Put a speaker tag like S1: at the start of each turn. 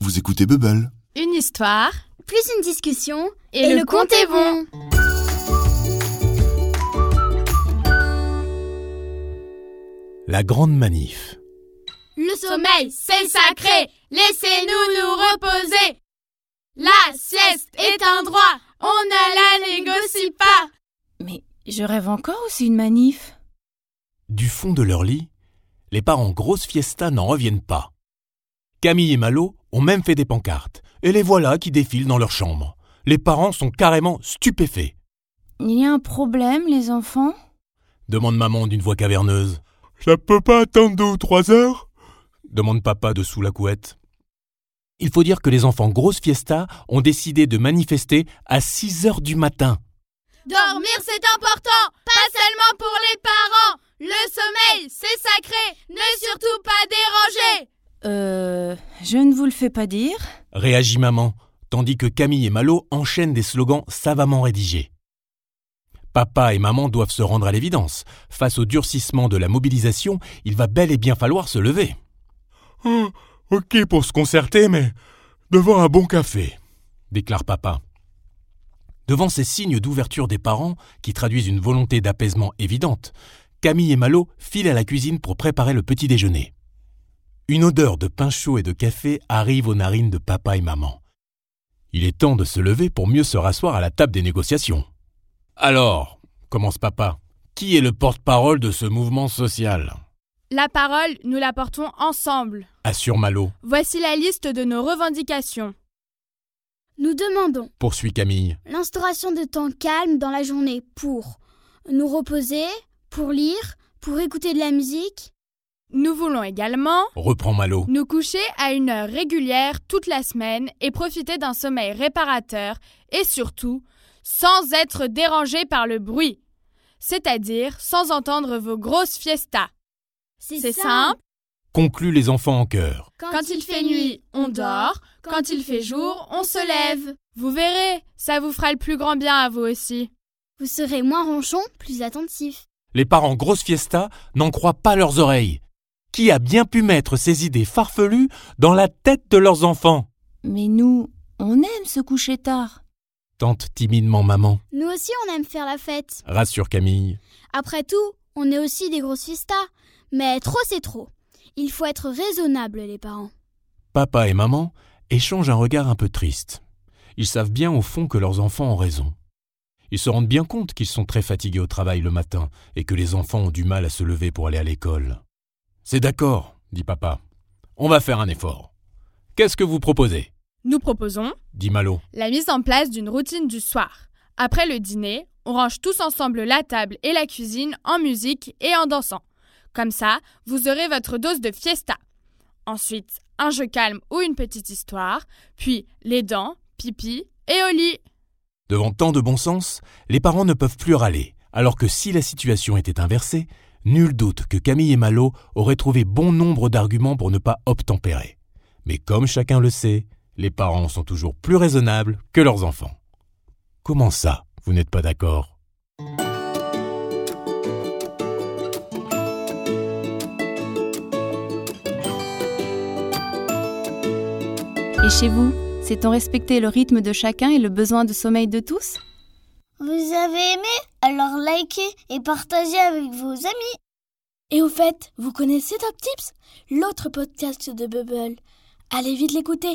S1: Vous écoutez Bubble.
S2: Une histoire.
S3: Plus une discussion
S2: Et, le, compte est bon.
S4: La grande manif.
S3: Le
S2: Sommeil, c'est sacré. Laissez-nous nous reposer. La sieste est un droit. On ne la négocie pas.
S5: Mais je rêve encore ou c'est une manif
S4: Du fond de leur lit, les parents Grosse Fiesta n'en reviennent pas. Camille et Malo ont même fait des pancartes, et les voilà qui défilent dans leur chambre. Les parents sont carrément stupéfaits,
S5: Il y a un problème, les enfants
S4: demande maman d'une voix caverneuse. Ça peut pas attendre deux ou trois heures demande papa de sous la couette. Il faut dire que les enfants Grosse Fiesta ont décidé de manifester à 6 heures du matin.
S2: Dormir, c'est important. Pas seulement pour les parents. Le sommeil, c'est sacré. Ne surtout pas déranger.
S5: Euh. Je ne vous le fais pas dire.
S4: réagit maman, tandis que Camille et Malo enchaînent des slogans savamment rédigés. Papa et maman doivent se rendre à l'évidence. Face au durcissement de la mobilisation, il va bel et bien falloir se lever. Hum, ok pour se concerter, mais devant un bon café, déclare papa. Devant ces signes d'ouverture des parents, qui traduisent une volonté d'apaisement évidente, Camille et Malo filent à la cuisine pour préparer le petit déjeuner. Une odeur de pain chaud et de café arrive aux narines de papa et maman. Il est temps de se lever pour mieux se rasseoir à la table des négociations. Alors, commence papa, qui est le porte-parole de ce mouvement social
S2: La parole, nous la portons ensemble.
S4: Assure Malo,
S2: Voici la liste de nos revendications.
S3: Nous demandons
S4: poursuit Camille.
S3: l'instauration de temps calme dans la journée pour nous reposer, pour lire, pour écouter de la musique.
S2: Nous voulons également
S4: Reprend Malo,
S2: nous coucher à une heure régulière toute la semaine et profiter d'un sommeil réparateur et surtout sans être dérangé par le bruit, c'est-à-dire sans entendre vos grosses fiestas. C'est simple,
S4: conclut les enfants en chœur.
S2: quand il fait nuit, on dort, quand il fait jour, on se lève. Vous verrez, ça vous fera le plus grand bien à vous aussi.
S3: Vous serez moins ronchon, plus attentif.
S4: Les parents Grosse Fiesta n'en croient pas leurs oreilles. Qui a bien pu mettre ces idées farfelues dans la tête de leurs enfants
S5: Mais nous, on aime se coucher tard.
S4: Tente timidement maman,
S3: Nous aussi, on aime faire la fête.
S4: rassure Camille.
S3: Après tout, on est aussi des grosses fiestas. Mais trop, c'est trop. Il faut être raisonnable, les parents.
S4: Papa et maman échangent un regard un peu triste. Ils savent bien au fond que leurs enfants ont raison. Ils se rendent bien compte qu'ils sont très fatigués au travail le matin et que les enfants ont du mal à se lever pour aller à l'école. C'est d'accord, dit papa. On va faire un effort. Qu'est-ce que vous proposez
S2: Nous proposons
S4: dit Malo.
S2: la mise en place d'une routine du soir. Après le dîner, on range tous ensemble la table et la cuisine en musique et en dansant. Comme ça, vous aurez votre dose de fiesta. Ensuite, un jeu calme ou une petite histoire, puis les dents, pipi et au lit.
S4: Devant tant de bon sens, les parents ne peuvent plus râler, alors que si la situation était inversée, nul doute que Camille et Malo auraient trouvé bon nombre d'arguments pour ne pas obtempérer. Mais comme chacun le sait, les parents sont toujours plus raisonnables que leurs enfants. Comment ça, vous n'êtes pas d'accord
S5: Et chez vous, c'est en respecter le rythme de chacun et le besoin de sommeil de tous
S6: Vous avez aimé Alors likez et partagez avec vos amis. Et au fait, vous connaissez Top Tips L'autre podcast de Bubble. Allez vite l'écouter